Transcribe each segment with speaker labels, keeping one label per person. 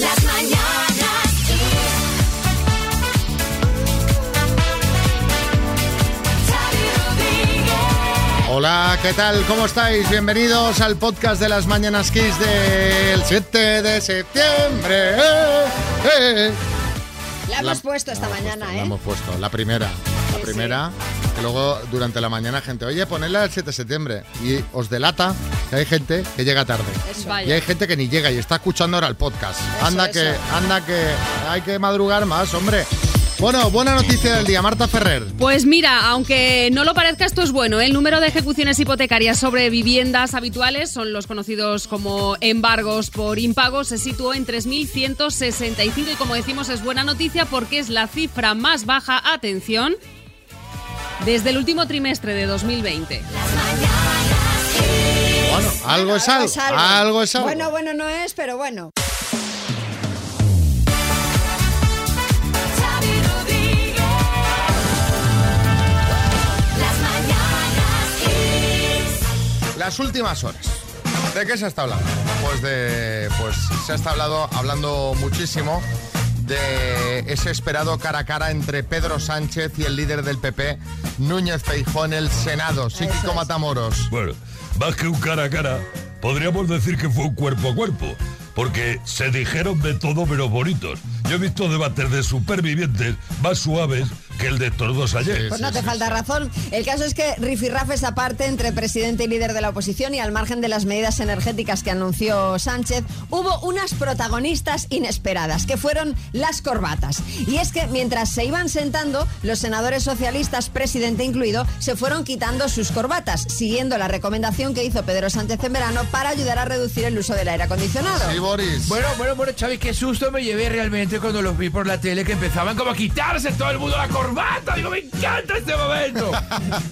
Speaker 1: Las mañanas
Speaker 2: Hola, ¿qué tal? ¿Cómo estáis? Bienvenidos al podcast de las Mañanas Kiss del 7 de septiembre. Eh, eh.
Speaker 3: La hemos
Speaker 2: La-
Speaker 3: puesto esta mañana,
Speaker 2: La
Speaker 3: ¿eh?
Speaker 2: hemos puesto, la primera. La primera. Que luego durante la mañana gente, oye, ponedla el 7 de septiembre. Y os delata que hay gente que llega tarde.
Speaker 3: Eso.
Speaker 2: Y hay gente que ni llega y está escuchando ahora el podcast. anda que, anda que hay que madrugar más, hombre. Bueno, buena noticia del día, Marta Ferrer.
Speaker 4: Pues mira, aunque no lo parezca, esto es bueno. ¿eh? El número de ejecuciones hipotecarias sobre viviendas habituales, son los conocidos como embargos por impagos, se situó en 3.165 y como decimos es buena noticia porque es la cifra más baja, atención, desde el último trimestre de 2020.
Speaker 2: Bueno, algo es algo.
Speaker 3: Es algo.
Speaker 2: Algo es algo.
Speaker 3: Bueno, bueno, no es, pero bueno.
Speaker 2: Las últimas horas. ¿De qué se está hablando? Pues de. Pues se ha estado hablado, hablando muchísimo de ese esperado cara a cara entre Pedro Sánchez y el líder del PP, Núñez Feijón, el Senado, Psíquico Matamoros.
Speaker 5: Bueno, más que un cara a cara, podríamos decir que fue un cuerpo a cuerpo, porque se dijeron de todo menos bonitos. Yo he visto debates de supervivientes más suaves que el de estos dos ayer.
Speaker 3: Pues no te falta razón. El caso es que rifirrafes aparte entre presidente y líder de la oposición y al margen de las medidas energéticas que anunció Sánchez, hubo unas protagonistas inesperadas, que fueron las corbatas. Y es que mientras se iban sentando, los senadores socialistas, presidente incluido, se fueron quitando sus corbatas, siguiendo la recomendación que hizo Pedro Sánchez en verano para ayudar a reducir el uso del aire acondicionado.
Speaker 2: Sí, Boris.
Speaker 6: Bueno, bueno, bueno, Xavi, qué susto me llevé realmente cuando los vi por la tele que empezaban como a quitarse todo el mundo la corbata. Digo, me encanta este momento.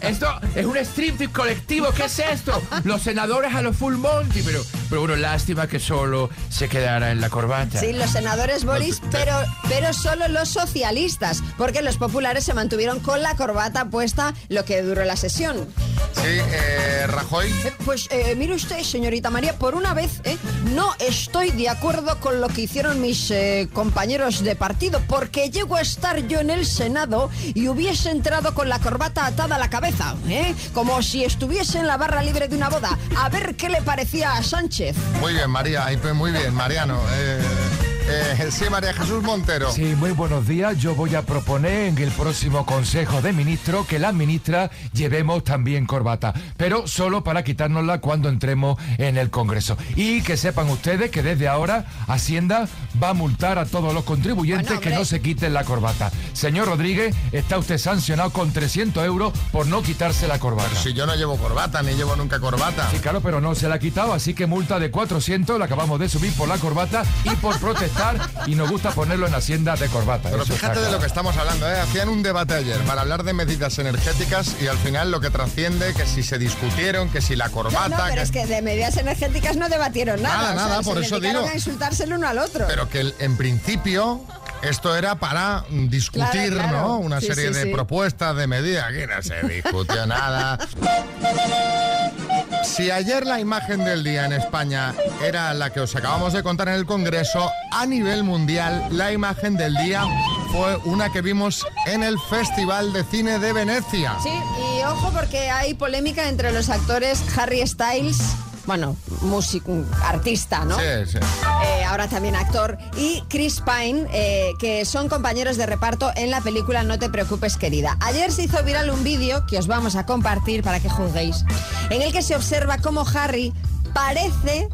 Speaker 6: Esto es un striptease colectivo, ¿qué es esto? Los senadores a los full monty, pero, pero bueno, lástima que solo se quedara en la corbata.
Speaker 3: Sí, los senadores Boris, pero, pero solo los socialistas, porque los populares se mantuvieron con la corbata puesta lo que duró la sesión.
Speaker 2: Sí, eh, Rajoy.
Speaker 3: Eh, Pues eh, mire usted, señorita María, por una vez eh, no estoy de acuerdo con lo que hicieron mis eh, compañeros de partido, porque llego a estar yo en el Senado y hubiese entrado con la corbata atada a la cabeza, ¿eh? como si estuviese en la barra libre de una boda, a ver qué le parecía a Sánchez.
Speaker 2: Muy bien, María. ahí, pues, Muy bien, Mariano. Eh, eh, sí, María Jesús Montero.
Speaker 6: Sí, muy buenos días. Yo voy a proponer en el próximo Consejo de Ministros que las ministras llevemos también corbata, pero solo para quitárnosla cuando entremos en el Congreso. Y que sepan ustedes que desde ahora Hacienda va a multar a todos los contribuyentes
Speaker 3: Bueno,
Speaker 6: que
Speaker 3: hombre.
Speaker 6: no se quiten la corbata. Señor Rodríguez, está usted sancionado con 300 euros por no quitarse la corbata.
Speaker 2: Si yo no llevo corbata, ni llevo nunca corbata.
Speaker 6: Sí, claro, pero no se la ha quitado, así que multa de 400 la acabamos de subir por la corbata y por protestar, y nos gusta ponerlo en Hacienda de corbata.
Speaker 2: Pero
Speaker 6: eso está
Speaker 2: fíjate de
Speaker 6: claro.
Speaker 2: lo que estamos hablando, ¿eh? Hacían un debate ayer para hablar de medidas energéticas y al final lo que trasciende, que si se discutieron, que si la
Speaker 3: No,
Speaker 2: corbata...
Speaker 3: no, pero
Speaker 2: que-
Speaker 3: es que de medidas energéticas no debatieron
Speaker 2: Nada,
Speaker 3: nada.
Speaker 2: nada,
Speaker 3: se
Speaker 2: por eso
Speaker 3: dedicaron
Speaker 2: digo.
Speaker 3: a insultarse el uno al otro.
Speaker 2: pero que el- en principio esto era para mm, discutir,
Speaker 3: Claro, claro.
Speaker 2: ¿no? Una
Speaker 3: Sí,
Speaker 2: serie
Speaker 3: sí,
Speaker 2: de
Speaker 3: sí.
Speaker 2: propuestas, de medidas, que no se discutió nada. Si ayer la imagen del día en España era la que os acabamos de contar en el Congreso, a nivel mundial la imagen del día fue una que vimos en el Festival de Cine de Venecia.
Speaker 3: Sí, y ojo porque hay polémica entre los actores Harry Styles, bueno, músico, artista, ¿no?
Speaker 2: Sí, sí.
Speaker 3: Eh, ahora también actor, y Chris Pine, eh, que son compañeros de reparto en la película No te preocupes querida. Ayer se hizo viral un vídeo que os vamos a compartir para que juzguéis, en el que se observa cómo Harry parece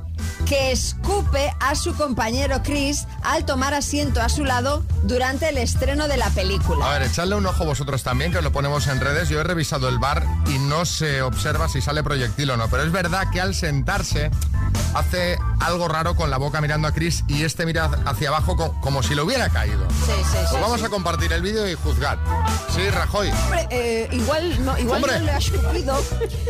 Speaker 3: que escupe a su compañero Chris al tomar asiento a su lado durante el estreno de la película.
Speaker 2: A ver, echadle un ojo vosotros también, que lo ponemos en redes. Yo he revisado el bar y no se observa si sale proyectil o no. Pero es verdad que al sentarse hace algo raro con la boca mirando a Chris y este mira hacia abajo co- como, si lo hubiera caído.
Speaker 3: Sí, sí, sí,
Speaker 2: Pues vamos
Speaker 3: sí.
Speaker 2: a compartir el vídeo y juzgad. Sí, Rajoy.
Speaker 3: Hombre, eh, igual, no, igual
Speaker 2: Hombre.
Speaker 3: no le ha escupido,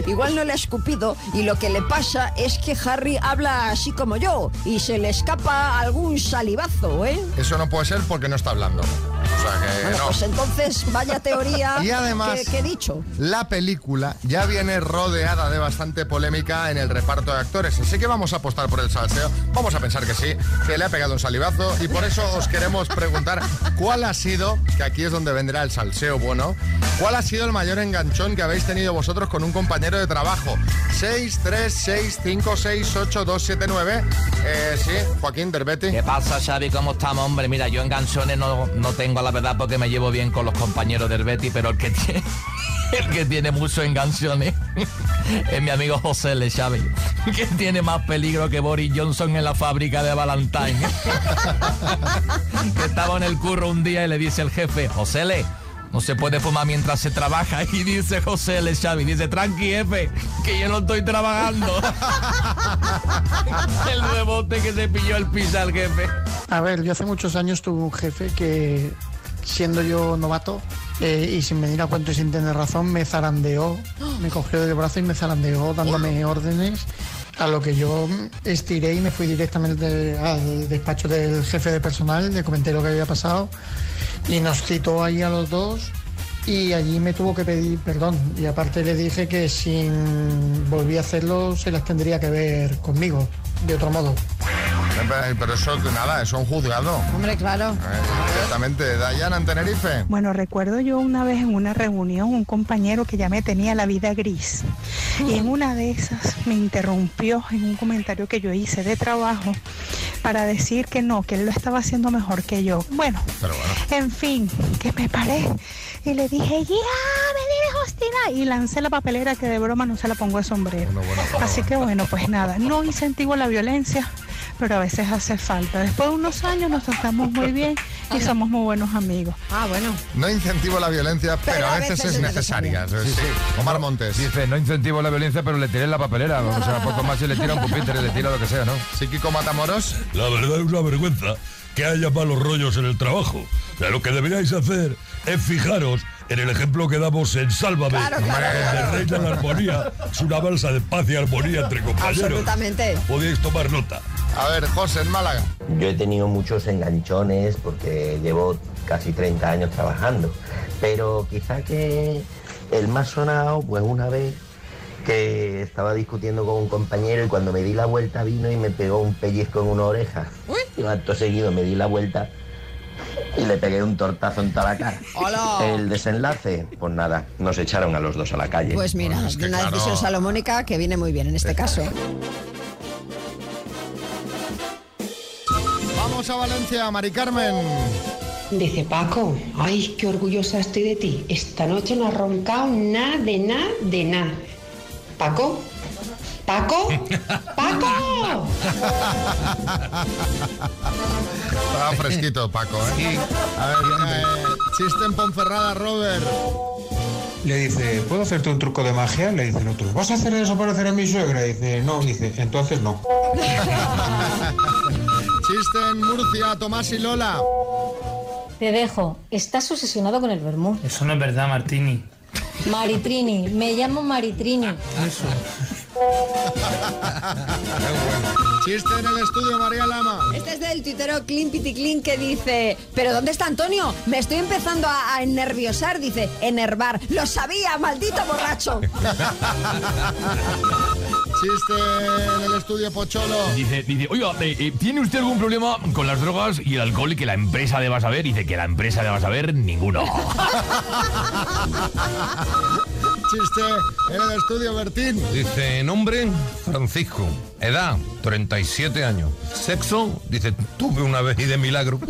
Speaker 3: igual no le ha escupido y lo que le pasa es que Harry habla así como yo y se le escapa algún salivazo, ¿eh?
Speaker 2: Eso no puede ser porque no está hablando. O sea que
Speaker 3: Bueno,
Speaker 2: no.
Speaker 3: pues entonces, vaya teoría
Speaker 2: Y además-
Speaker 3: que, que he dicho.
Speaker 2: La película ya viene rodeada de bastante polémica en el reparto de actores, así que vamos a apostar por el salseo. Vamos a pensar que sí, que le ha pegado un salivazo y por eso os queremos preguntar cuál ha sido, que aquí es donde vendrá el salseo bueno, cuál ha sido el mayor enganchón que habéis tenido vosotros con un compañero de trabajo. 6, 3, 6, 5, 6, 8, 2, 7, 9. Eh, sí, Joaquín Derbetti.
Speaker 1: ¿Qué pasa, Xavi? ¿Cómo estamos? Hombre, mira, yo en canciones no, no tengo la verdad porque me llevo bien con los compañeros del Betty, pero el que tiene, el que tiene mucho en canciones es mi amigo José Le Xavi, que tiene más peligro que Boris Johnson en la fábrica de Valentine. que estaba en el curro un día y le dice el jefe, José Le, no se puede fumar mientras se trabaja. Y dice José Le Xavi, dice, tranqui, jefe, que yo no estoy trabajando. el rebote que se pilló el pizza al jefe.
Speaker 7: A ver, yo hace muchos años tuve un jefe que, siendo yo novato eh, y sin venir a cuento y sin tener razón, me zarandeó, me cogió del brazo y me zarandeó dándome órdenes, a lo que yo mm, estiré y me fui directamente al despacho del jefe de personal, le comenté lo que había pasado y nos citó ahí a los dos y allí me tuvo que pedir perdón y aparte le dije que si volví a hacerlo se las tendría que ver conmigo, de otro modo.
Speaker 2: Eh, Pero eso, nada, eso un juzgado.
Speaker 3: Hombre, claro.
Speaker 2: Eh, Directamente, Dayana en Tenerife.
Speaker 8: Bueno, recuerdo yo una vez en una reunión un compañero que ya me tenía la vida gris y en una de esas me interrumpió en un comentario que yo hice de trabajo para decir que no, que él lo estaba haciendo mejor que yo. Bueno,
Speaker 2: Pero bueno.
Speaker 8: en fin, que me paré y le dije, ya, me diré Justina y lancé la papelera que de broma no se la pongo de sombrero.
Speaker 2: Bueno, bueno, bueno,
Speaker 8: Así que bueno, pues nada, no incentivo la violencia, pero a veces hace falta. Después de unos años nos tratamos muy bien y somos muy buenos amigos.
Speaker 3: Ah, bueno.
Speaker 2: No incentivo la violencia, pero, a veces, es necesaria. Sí, sí. Omar Montes.
Speaker 6: Dice, no incentivo la violencia, pero le tiré la papelera. O sea, poco más se le tira un pupitre, le tira lo que sea, ¿no?
Speaker 2: Psíquico Matamoros.
Speaker 5: La verdad es una vergüenza que haya malos rollos en el trabajo. O sea, lo que deberíais hacer es fijaros en el ejemplo que damos en Sálvame,
Speaker 3: Claro, claro, claro.
Speaker 5: donde reina la armonía. Es una balsa de paz y armonía entre compañeros.
Speaker 3: Absolutamente.
Speaker 5: Podéis tomar nota.
Speaker 2: A ver, José en Málaga.
Speaker 9: Yo he tenido muchos enganchones porque llevo casi 30 años trabajando, pero quizá que el más sonado, pues una vez que estaba discutiendo con un compañero y cuando me di la vuelta vino y me pegó un pellizco en una oreja. Y un acto seguido me di la vuelta y le pegué un tortazo en toda la cara.
Speaker 3: Hola.
Speaker 9: El desenlace, pues nada, nos echaron a los dos a la calle.
Speaker 3: Pues mira,
Speaker 2: Bueno, es que
Speaker 3: una
Speaker 2: claro.
Speaker 3: decisión salomónica que viene muy bien en este caso.
Speaker 2: Vamos a Valencia, Mari Carmen.
Speaker 10: Dice Paco, ay, qué orgullosa estoy de ti. Esta noche no has roncado nada de nada de nada. Paco, Paco, Paco.
Speaker 2: Estaba fresquito, Paco. ¿eh? A ver, eh, chiste en Ponferrada, Robert.
Speaker 11: Le dice, ¿puedo hacerte un truco de magia? Le dice el otro, ¿vas a hacer desaparecer a mi suegra? Dice, no, dice, entonces no.
Speaker 2: Chiste en Murcia, Tomás y Lola.
Speaker 12: Te dejo. Estás obsesionado con el vermú.
Speaker 11: Eso no es verdad, Martini.
Speaker 12: Maritrini. Me llamo Maritrini.
Speaker 2: Chiste en el estudio, María Lama.
Speaker 3: Este es del tuitero Clean Pity Clean que dice, ¿pero dónde está Antonio? Me estoy empezando a, a ennerviosar, dice, enervar. Lo sabía, maldito borracho.
Speaker 2: Chiste en el estudio, Pocholo.
Speaker 1: Dice, dice, oiga, eh, eh, ¿tiene usted algún problema con las drogas y el alcohol y que la empresa deba saber? Dice que la empresa deba saber ninguno.
Speaker 2: Chiste en el estudio, Bertín.
Speaker 11: Dice, nombre, Francisco. Edad, 37 años. Sexo, dice, tuve una vez y de milagro.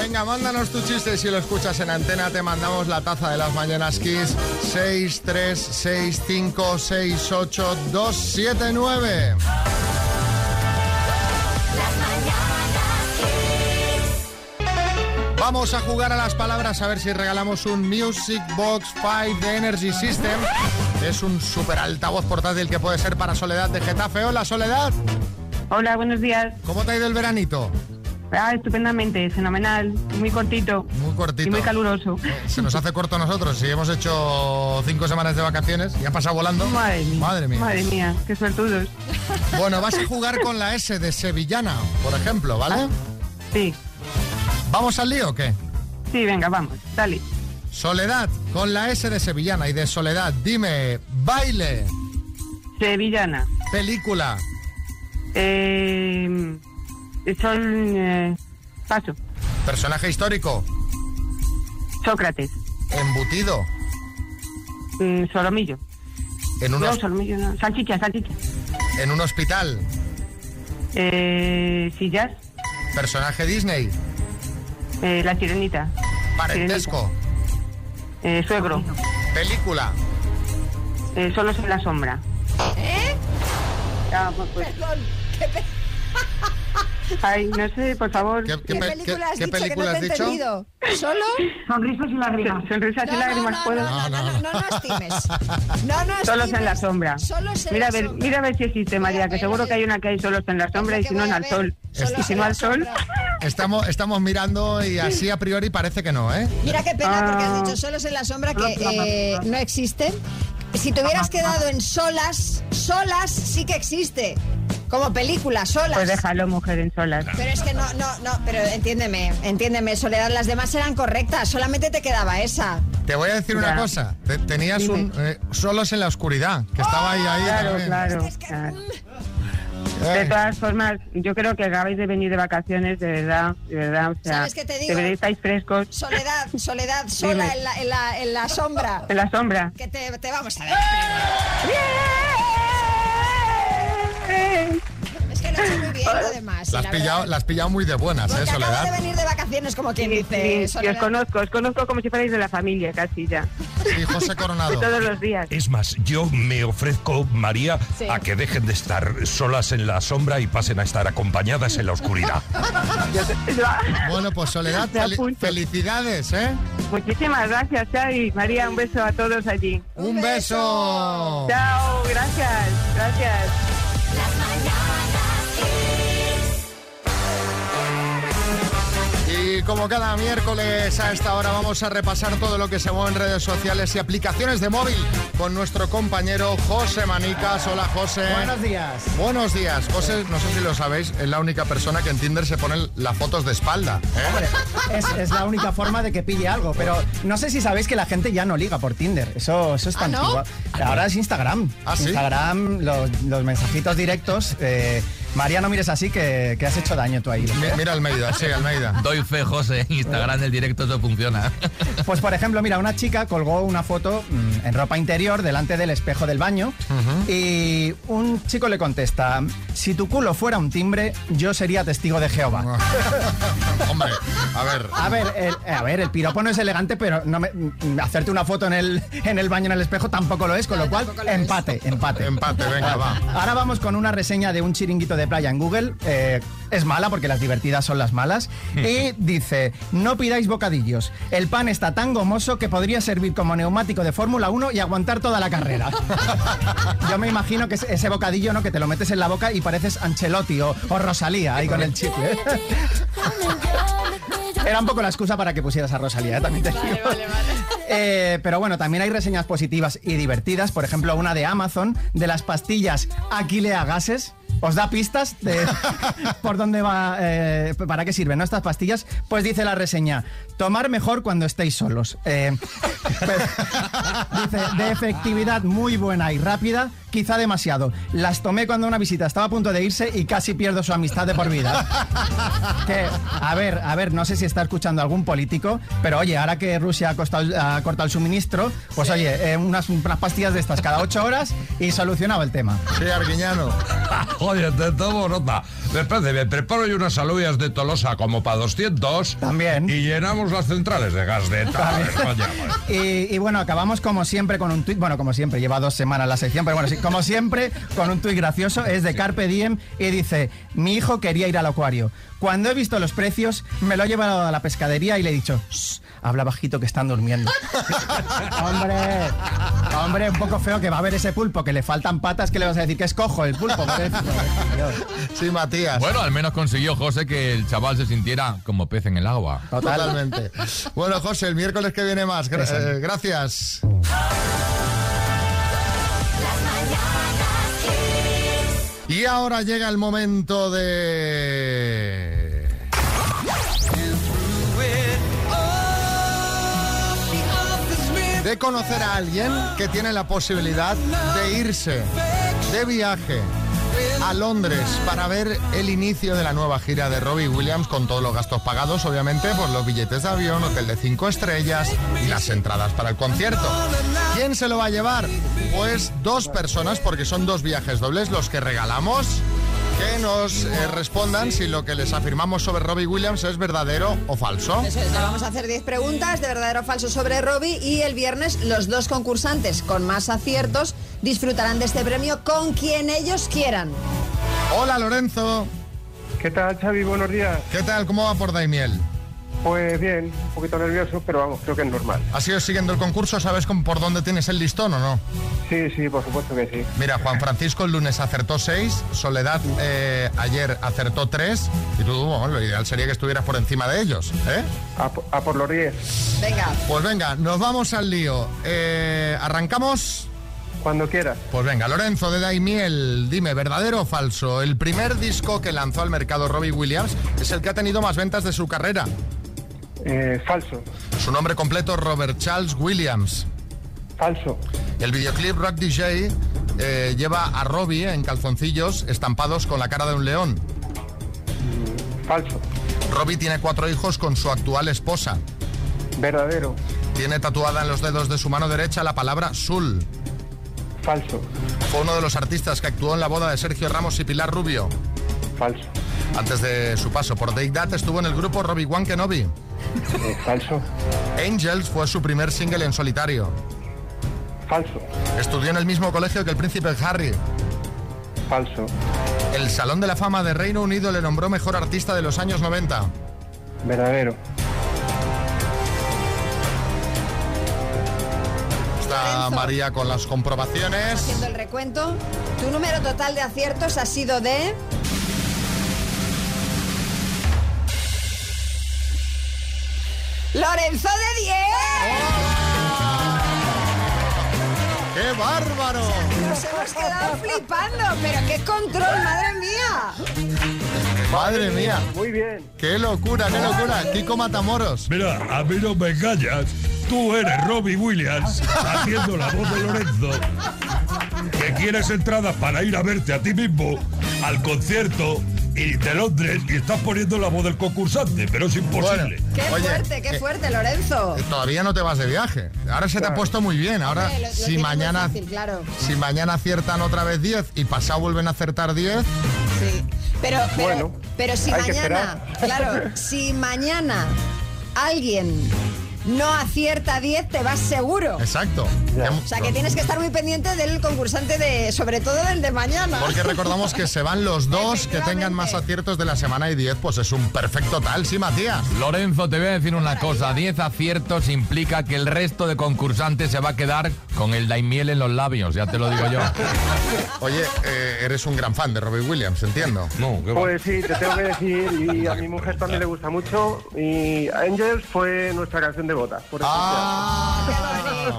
Speaker 2: Venga, mándanos tu chiste. Si lo escuchas en antena, te mandamos la taza de las mañanas Kiss 6, 3, 6, 5, 6, 8, 2, 7, 9. Vamos a jugar a las palabras a ver si regalamos un Music Box 5 de Energy System. Es un super altavoz portátil que puede ser para Soledad de Getafe. Hola, Soledad.
Speaker 8: Hola, buenos días.
Speaker 2: ¿Cómo te ha ido el veranito?
Speaker 8: Ah, estupendamente, fenomenal, muy cortito
Speaker 2: Muy cortito. Eh,
Speaker 8: y muy caluroso.
Speaker 2: Se nos hace corto a nosotros. Si hemos hecho cinco semanas de vacaciones y ha pasado volando.
Speaker 8: Madre mía.
Speaker 2: Madre mía.
Speaker 8: Madre mía, qué suertudos.
Speaker 2: Bueno, vas a jugar con la S de Sevillana, por ejemplo, ¿vale?
Speaker 8: Ah, Sí.
Speaker 2: ¿Vamos al lío o qué?
Speaker 8: Sí, venga, vamos, dale.
Speaker 2: Soledad, con la S de Sevillana y de Soledad, dime, baile.
Speaker 8: Sevillana.
Speaker 2: Película.
Speaker 8: Eh, son. eh, paso.
Speaker 2: Personaje histórico.
Speaker 8: Sócrates.
Speaker 2: Embutido.
Speaker 8: Mm, solomillo.
Speaker 2: En un,
Speaker 8: No,
Speaker 2: hos-
Speaker 8: solomillo, no. Salchicha, salchicha.
Speaker 2: en un hospital.
Speaker 8: Eh, sillas.
Speaker 2: Personaje Disney.
Speaker 8: Eh, la sirenita.
Speaker 2: Parentesco.
Speaker 8: Eh, suegro.
Speaker 2: Película.
Speaker 8: Eh, solo soy la sombra.
Speaker 3: ¿Eh?
Speaker 8: Ah, pues, pues.
Speaker 3: Perdón, qué pe-
Speaker 8: Ay, no sé, por favor.
Speaker 3: ¿Qué película has dicho que no te he entendido? ¿Solo?
Speaker 8: Sonrisas y lágrimas. Sonrisas y
Speaker 3: No, no,
Speaker 8: lágrimas.
Speaker 3: no,
Speaker 8: ¿puedo?
Speaker 3: no, no, no, no, no estimes. No, no
Speaker 8: Solos
Speaker 3: estimes.
Speaker 8: en la sombra.
Speaker 3: Solos en
Speaker 8: mira, a
Speaker 3: la
Speaker 8: ver,
Speaker 3: sombra.
Speaker 8: mira a ver si existe, María, que seguro que hay una que hay solos en la sombra y si no, en al sol. Y si no, al sol.
Speaker 2: Estamos, estamos mirando y así a priori parece que no, ¿eh?
Speaker 3: Mira qué pena porque has
Speaker 2: Ah.
Speaker 3: dicho solos en la sombra que eh, no existe. Si te hubieras quedado en solas, solas sí que existe. Como película, solas.
Speaker 8: Pues déjalo, mujer, en solas.
Speaker 3: Pero es que no, no, no, pero entiéndeme, entiéndeme, Soledad, las demás eran correctas, solamente te quedaba esa.
Speaker 2: Te voy a decir una
Speaker 3: Ya.
Speaker 2: cosa. Te- tenías un eh, solos en la oscuridad, que estaba ahí ahí.
Speaker 8: Claro,
Speaker 2: también.
Speaker 8: claro. claro. De todas formas, yo creo que acabáis de venir de vacaciones, de verdad, de verdad. O sea,
Speaker 3: ¿Sabes qué te digo?
Speaker 8: de verdad estáis frescos.
Speaker 3: Soledad, Soledad, sola
Speaker 8: Dime.
Speaker 3: en la, en la- en la sombra.
Speaker 8: En la sombra.
Speaker 3: Que te, te vamos a ver. Es que lo he hecho muy bien, además.
Speaker 2: La has
Speaker 3: la
Speaker 2: pillado, la has pillado muy de buenas, ¿eh,
Speaker 3: verdad. Acabo de
Speaker 2: Soledad?
Speaker 3: venir de vacaciones, como quien
Speaker 8: Sí,
Speaker 3: dice.
Speaker 8: y os
Speaker 3: Soledad.
Speaker 8: conozco, os conozco como si fuerais de la familia casi ya.
Speaker 2: Y José Coronado.
Speaker 8: Todos los días.
Speaker 5: Es más, yo me ofrezco, María,
Speaker 8: Sí.
Speaker 5: a que dejen de estar solas en la sombra y pasen a estar acompañadas en la oscuridad.
Speaker 2: Bueno, pues Soledad,
Speaker 8: Te
Speaker 2: fel-
Speaker 8: apunto.
Speaker 2: felicidades, ¿eh?
Speaker 8: Muchísimas gracias, Xavi. María, un beso a todos allí.
Speaker 2: Un beso.
Speaker 8: Chao, gracias, gracias.
Speaker 2: Y como cada miércoles a esta hora vamos a repasar todo lo que se mueve en redes sociales y aplicaciones de móvil con nuestro compañero José Manicas. Hola José.
Speaker 13: Buenos días.
Speaker 2: Buenos días. José, no sé si lo sabéis, es la única persona que en Tinder se pone las fotos de espalda. ¿eh?
Speaker 13: Es, es la única forma de que pille algo, pero no sé si sabéis que la gente ya no liga por Tinder. Eso, eso es tan
Speaker 2: Ah, ¿no?
Speaker 13: antiguo. Ahora es Instagram.
Speaker 2: ¿Ah, sí?
Speaker 13: Instagram, los, los mensajitos directos. eh, María, no mires así que, que has hecho daño tú ahí. ¿eh?
Speaker 2: Mi- Mira Almeida, sí, Almeida.
Speaker 1: Doy fe, José, en Instagram el directo eso funciona.
Speaker 13: Pues por ejemplo, mira, una chica colgó una foto mm, en ropa interior delante del espejo del baño y un chico le contesta, si tu culo fuera un timbre, yo sería testigo de Jehová.
Speaker 2: Hombre, a ver.
Speaker 13: A ver, eh. el, a ver, el piropo no es elegante, pero no me- mm, hacerte una foto en el, en el baño en el espejo tampoco lo es, con lo cual, empate, empate.
Speaker 2: Empate, venga, va.
Speaker 13: Ahora vamos con una reseña de un chiringuito de playa en Google. Eh, es mala porque las divertidas son las malas. Y dice, no pidáis bocadillos. El pan está tan gomoso que podría servir como neumático de Fórmula 1 y aguantar toda la carrera. Yo me imagino que es ese bocadillo, ¿no? Que te lo metes en la boca y pareces Ancelotti o, o Rosalía ahí con el chicle. Era un poco la excusa para que pusieras a Rosalía, ¿eh? también te digo. Eh, pero bueno, también hay reseñas positivas y divertidas. Por ejemplo, una de Amazon de las pastillas Aquilea Gases. ¿Os da pistas de por dónde va, eh, para qué sirven ¿no? estas pastillas? Pues dice la reseña, tomar mejor cuando estéis solos. Eh, Dice, de efectividad muy buena y rápida, quizá demasiado. Las tomé cuando una visita estaba a punto de irse y casi pierdo su amistad de por vida. Que, a ver, a ver, no sé si está escuchando algún político, pero oye, ahora que Rusia ha, costado- ha cortado el suministro, pues oye, eh, unas, unas pastillas de estas cada ocho horas y solucionaba el tema.
Speaker 2: Sí, Arguiñano.
Speaker 11: Oye, te tomo nota. Después de me preparo yo unas alubias de Tolosa como para 200.
Speaker 13: También.
Speaker 11: Y llenamos las centrales de gas de tal. coño, bueno.
Speaker 13: Eh, Y, y bueno, acabamos como siempre con un tuit, bueno, como siempre, lleva dos semanas la sección, pero bueno, sí, como siempre, con un tuit gracioso, es de Carpe Diem y dice, mi hijo quería ir al acuario. Cuando he visto los precios, me lo he llevado a la pescadería y le he dicho, "Shh, habla bajito que están durmiendo. hombre, hombre, un poco feo que va a haber ese pulpo, que le faltan patas, que le vas a decir que es cojo el pulpo.
Speaker 2: Sí, Matías.
Speaker 1: Bueno, al menos consiguió José que el chaval se sintiera como pez en el agua.
Speaker 2: Totalmente. Bueno, José, el miércoles que viene más. Gra- eh, gracias. Y ahora llega el momento de... de conocer a alguien que tiene la posibilidad de irse de viaje a Londres para ver el inicio de la nueva gira de Robbie Williams con todos los gastos pagados, obviamente, por los billetes de avión, hotel de 5 estrellas y las entradas para el concierto. ¿Quién se lo va a llevar? Pues dos personas, porque son dos viajes dobles los que regalamos. Que nos eh, respondan si lo que les afirmamos sobre Robbie Williams es verdadero o falso.
Speaker 3: Eso es, le vamos a hacer 10 preguntas de verdadero o falso sobre Robbie y el viernes los dos concursantes con más aciertos disfrutarán de este premio con quien ellos quieran.
Speaker 2: Hola Lorenzo.
Speaker 14: ¿Qué tal Xavi? Buenos días.
Speaker 2: ¿Qué tal? ¿Cómo va por Daimiel?
Speaker 14: Pues bien, un poquito nervioso, pero vamos, creo que es normal.
Speaker 2: ¿Has ido siguiendo el concurso? ¿Sabes con- por dónde tienes el listón o no?
Speaker 14: Sí, sí, por supuesto que sí.
Speaker 2: Mira, Juan Francisco el lunes acertó 6, Soledad eh, ayer acertó 3 y tú, bueno, lo ideal sería que estuvieras por encima de ellos, ¿eh?
Speaker 14: A, por los 10.
Speaker 3: Venga.
Speaker 2: Pues venga, nos vamos al lío. Eh, ¿Arrancamos?
Speaker 14: Cuando quieras.
Speaker 2: Pues venga, Lorenzo de Daimiel, dime, ¿verdadero o falso? El primer disco que lanzó al mercado Robbie Williams es el que ha tenido más ventas de su carrera.
Speaker 14: Eh, falso.
Speaker 2: Su nombre completo, Robert Charles Williams.
Speaker 14: Falso.
Speaker 2: El videoclip Rock DJ eh, lleva a Robbie en calzoncillos estampados con la cara de un león.
Speaker 14: Falso.
Speaker 2: Robbie tiene cuatro hijos con su actual esposa.
Speaker 14: Verdadero.
Speaker 2: Tiene tatuada en los dedos de su mano derecha la palabra Sul.
Speaker 14: Falso.
Speaker 2: Fue uno de los artistas que actuó en la boda de Sergio Ramos y Pilar Rubio.
Speaker 14: Falso.
Speaker 2: Antes de su paso por Take That estuvo en el grupo Robbie One Kenobi.
Speaker 14: Eh, falso.
Speaker 2: Angels fue su primer single en solitario.
Speaker 14: Falso.
Speaker 2: Estudió en el mismo colegio que el príncipe Harry.
Speaker 14: Falso.
Speaker 2: El Salón de la Fama de Reino Unido le nombró mejor artista de los años 90.
Speaker 14: Verdadero.
Speaker 2: Está María con las comprobaciones.
Speaker 3: Haciendo el recuento, tu número total de aciertos ha sido de... Lorenzo de 10.
Speaker 2: Oh. ¡Qué bárbaro!
Speaker 3: Nos hemos quedado flipando, pero qué control, madre mía.
Speaker 2: Madre mía.
Speaker 14: Muy bien.
Speaker 2: Qué locura, qué locura. Kiko Matamoros.
Speaker 5: Mira, a mí no me engañas. Tú eres Robbie Williams haciendo la voz de Lorenzo. Que quieres entradas para ir a verte a ti mismo al concierto y de Londres y estás poniendo la voz del concursante, pero es imposible.
Speaker 3: Qué
Speaker 2: Oye,
Speaker 3: fuerte, qué
Speaker 2: eh,
Speaker 3: fuerte, Lorenzo.
Speaker 2: Todavía no te vas de viaje. Ahora se te ha puesto muy bien. Ahora,
Speaker 3: Hombre, lo- lo
Speaker 2: si
Speaker 3: tienes muy
Speaker 2: mañana
Speaker 3: fácil, claro.
Speaker 2: si mañana aciertan otra vez 10 y pasado vuelven a acertar 10,
Speaker 3: Sí. Pero, pero,
Speaker 2: Bueno,
Speaker 3: pero si
Speaker 2: hay que
Speaker 3: mañana, claro, si mañana alguien no acierta 10, te vas seguro.
Speaker 2: exacto.
Speaker 3: O sea que tienes que estar muy pendiente del concursante de, sobre todo del de mañana.
Speaker 2: Porque recordamos que se van los dos que tengan más aciertos de la semana y 10, pues es un perfecto tal, sí, Matías.
Speaker 1: Lorenzo, te voy a decir una cosa. 10 aciertos implica que el resto de concursantes se va a quedar con el daimiel en los labios, ya te lo digo yo.
Speaker 2: Oye, eh, eres un gran fan de Robbie Williams, entiendo.
Speaker 1: No,
Speaker 14: Pues sí, te tengo que decir, y a mi mujer también le gusta mucho, y Angels fue nuestra canción de bota. Por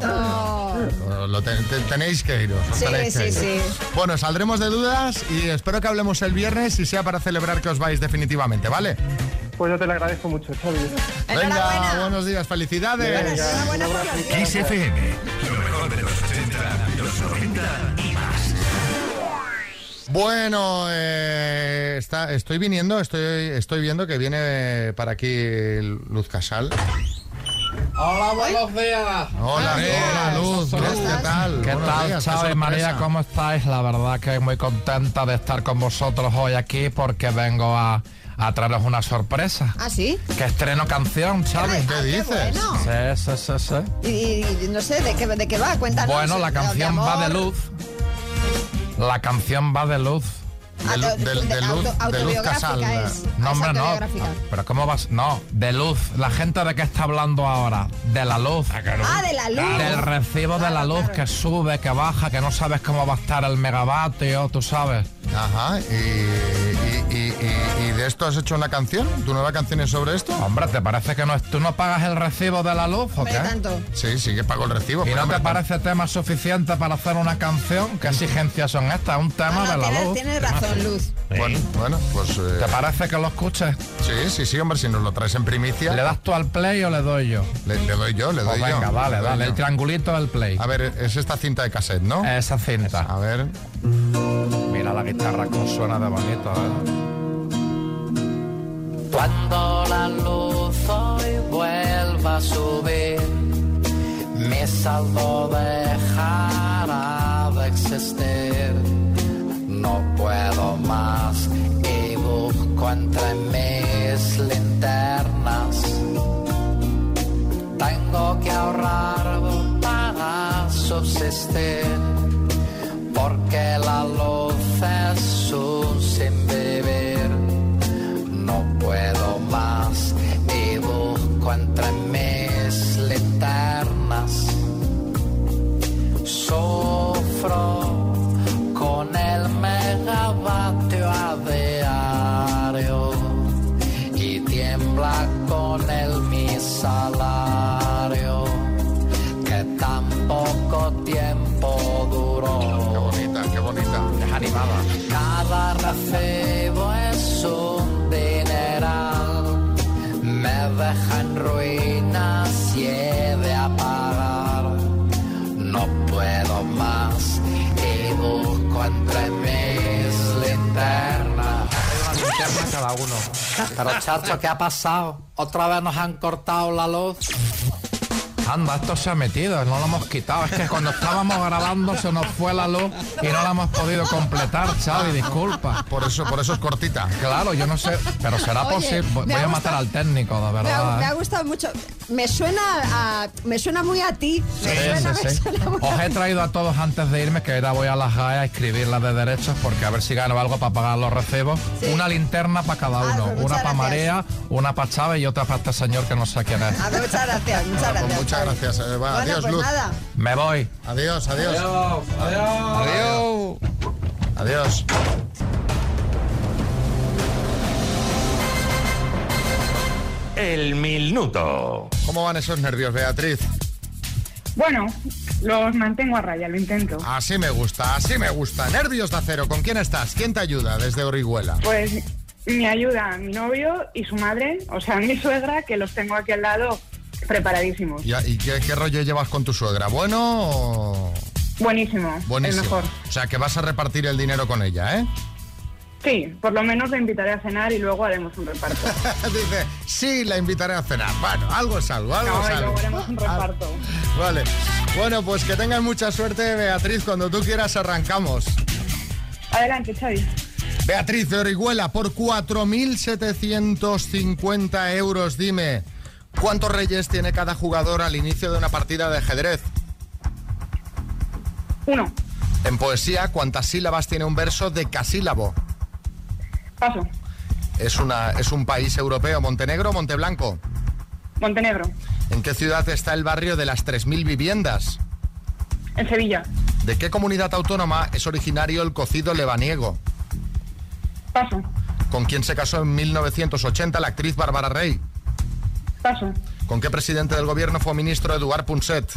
Speaker 2: Lo te- te- tenéis que iros. os
Speaker 14: Sí,
Speaker 2: tenéis que
Speaker 14: sí,
Speaker 2: ir. Bueno, saldremos de dudas y espero que hablemos el viernes y sea para celebrar que os vais definitivamente, ¿vale?
Speaker 14: Pues yo te lo agradezco mucho, Xavi.
Speaker 2: Venga, buenos días, felicidades.
Speaker 15: XFM, lo mejor de los 80, los 90 y más.
Speaker 2: Bueno, eh, está, estoy viniendo, estoy, estoy viendo que viene para aquí Luz Casal.
Speaker 16: Hola, buenos días.
Speaker 2: Hola, hola, Luz, Luz, ¿qué tal?
Speaker 16: ¿Qué
Speaker 2: Buenos
Speaker 16: tal,
Speaker 2: días, qué
Speaker 16: Chávez,
Speaker 2: sorpresa.
Speaker 16: María? ¿Cómo estáis? La verdad que muy contenta de estar con vosotros hoy aquí porque vengo a, a traeros una sorpresa.
Speaker 3: ¿Ah, sí?
Speaker 16: Que estreno canción, Chávez.
Speaker 3: ¿Qué dices?
Speaker 16: Sí, sí, sí, sí.
Speaker 3: Y, y- y no sé, ¿de qué, de qué va? Cuéntanos.
Speaker 16: Bueno, la
Speaker 3: De-
Speaker 16: canción va de
Speaker 3: amor,
Speaker 16: luz. La canción va de luz.
Speaker 3: De lu- de- de luz-
Speaker 16: Auto-
Speaker 3: de luz casal. autobiográfica es.
Speaker 16: No,
Speaker 3: Es
Speaker 16: hombre, no.
Speaker 3: autobiográfica.
Speaker 16: Pero ¿cómo vas? No, de luz. ¿La gente de qué está hablando ahora? De la luz.
Speaker 3: Ah, de la luz.
Speaker 16: Del recibo de la luz que sube, que baja, que no sabes cómo va a estar el megavatio, tú sabes.
Speaker 2: Ajá, y, y- y- y- y de ¿De esto has hecho una canción? ¿Tu nueva canción es sobre esto?
Speaker 16: Hombre, ¿te parece que no, es- tú no pagas el recibo de la luz o
Speaker 3: Hombre,
Speaker 16: qué?
Speaker 3: tanto.
Speaker 2: Sí, sí que pago el recibo.
Speaker 16: ¿Y
Speaker 2: pero
Speaker 16: no te
Speaker 2: hombre,
Speaker 16: parece tema suficiente para hacer una canción? ¿Qué exigencias son estas? Un tema de la
Speaker 3: Ah, Tienes-
Speaker 16: luz.
Speaker 3: Tienes razón, Luz.
Speaker 2: Bueno, bueno, pues...
Speaker 16: ¿Te parece que lo escuches?
Speaker 2: Sí, sí, sí, hombre, si nos lo traes en primicia...
Speaker 16: ¿Le das tú al play o le doy yo?
Speaker 2: Le, le doy yo, le
Speaker 16: Pues
Speaker 2: doy yo.
Speaker 16: venga, dale,
Speaker 2: le doy
Speaker 16: dale, el triangulito del play.
Speaker 2: A ver, es esta cinta de cassette, ¿no?
Speaker 16: Esa cinta.
Speaker 2: A ver...
Speaker 16: Mira la guitarra con suena de bonito, ¿eh?
Speaker 17: Cuando la luz hoy vuelva a subir, me salvo dejará de existir. No puedo más y busco entre mis linternas. Tengo que ahorrar para subsistir, porque la luz es un sinvivir. No puedo más y busco entre mis linternas. Sufro con el megavatio a diario y tiembla con el mi salario que tan poco tiempo duró. Qué
Speaker 2: bonita, qué bonita.
Speaker 17: animada. Cada recibo es un dineral. Me deja en ruinas y he de apagar. No puedo más y busco entre mis linternas.
Speaker 1: linterna cada uno.
Speaker 17: Pero chacho, ¿qué ha pasado? ¿Otra vez nos han cortado la luz?
Speaker 16: Anda, esto se ha metido, no lo hemos quitado. Es que cuando estábamos grabando se nos fue la luz y no la hemos podido completar, Xavi, disculpa.
Speaker 2: Por eso, por eso es cortita.
Speaker 16: Claro, yo no sé, pero será
Speaker 3: Oye,
Speaker 16: posible. Voy
Speaker 3: me
Speaker 16: voy
Speaker 3: ha
Speaker 16: a matar al técnico, de
Speaker 3: Me ha,
Speaker 16: verdad.
Speaker 3: me
Speaker 16: ¿eh?
Speaker 3: ha gustado mucho. Me suena a, me suena muy a ti. Me
Speaker 16: Sí,
Speaker 3: suena,
Speaker 16: sí,
Speaker 3: me
Speaker 16: sí.
Speaker 3: suena muy
Speaker 16: Os
Speaker 3: a
Speaker 16: he
Speaker 3: ti.
Speaker 16: traído a todos antes de irme, que ahora voy a la JAE a escribir las de derechos, porque a ver si gano algo para pagar los recibos. Una linterna para cada uno,
Speaker 3: pues
Speaker 16: una
Speaker 3: muchas
Speaker 16: para
Speaker 3: gracias.
Speaker 16: Marea, una para Chávez y otra para este señor que no sé quién es.
Speaker 3: A ver, muchas gracias, muchas Ah, gracias.
Speaker 16: pues
Speaker 2: muchas gracias. eh, va,
Speaker 3: Bueno,
Speaker 2: adiós,
Speaker 3: pues
Speaker 2: Luz.
Speaker 3: nada.
Speaker 16: Me voy.
Speaker 2: Adiós, adiós.
Speaker 16: Adiós,
Speaker 2: adiós. Adiós.
Speaker 15: El minuto.
Speaker 2: ¿Cómo van esos nervios, Beatriz?
Speaker 8: Bueno, los mantengo a raya, lo intento.
Speaker 2: Así me gusta, así me gusta. Nervios de acero, ¿con quién estás? ¿Quién te ayuda desde Orihuela?
Speaker 8: Pues me ayuda mi novio y su madre, o sea, mi suegra, que los tengo aquí al lado preparadísimos.
Speaker 2: ¿Y, y qué, qué rollo llevas con tu suegra? ¿Bueno o...?
Speaker 8: Buenísimo,
Speaker 2: Buenísimo.
Speaker 8: el mejor.
Speaker 2: O sea, que vas a repartir el dinero con ella, ¿eh?
Speaker 8: Sí, por lo menos le invitaré a cenar y luego haremos un reparto.
Speaker 2: Dice, sí, la invitaré a cenar. Bueno, algo es algo, algo
Speaker 8: No,
Speaker 2: es
Speaker 8: y
Speaker 2: algo.
Speaker 8: luego haremos un reparto.
Speaker 2: Vale. Bueno, pues que tengas mucha suerte, Beatriz. Cuando tú quieras, arrancamos.
Speaker 8: Adelante, Xavi.
Speaker 2: Beatriz de Orihuela, por 4.750 euros, dime, ¿cuántos reyes tiene cada jugador al inicio de una partida de ajedrez?
Speaker 8: Uno,
Speaker 2: En poesía, ¿cuántas sílabas tiene un verso decasílabo?
Speaker 8: paso.
Speaker 2: Es, una, es un país europeo, Montenegro o Monteblanco.
Speaker 8: Montenegro,
Speaker 2: ¿En qué ciudad está el barrio de las 3.000 viviendas?
Speaker 8: en Sevilla,
Speaker 2: ¿De qué comunidad autónoma es originario el cocido lebaniego?
Speaker 8: paso,
Speaker 2: ¿Con quién se casó en 1980 la actriz Bárbara Rey?
Speaker 8: paso,
Speaker 2: ¿Con qué presidente del gobierno fue ministro Eduard Punset?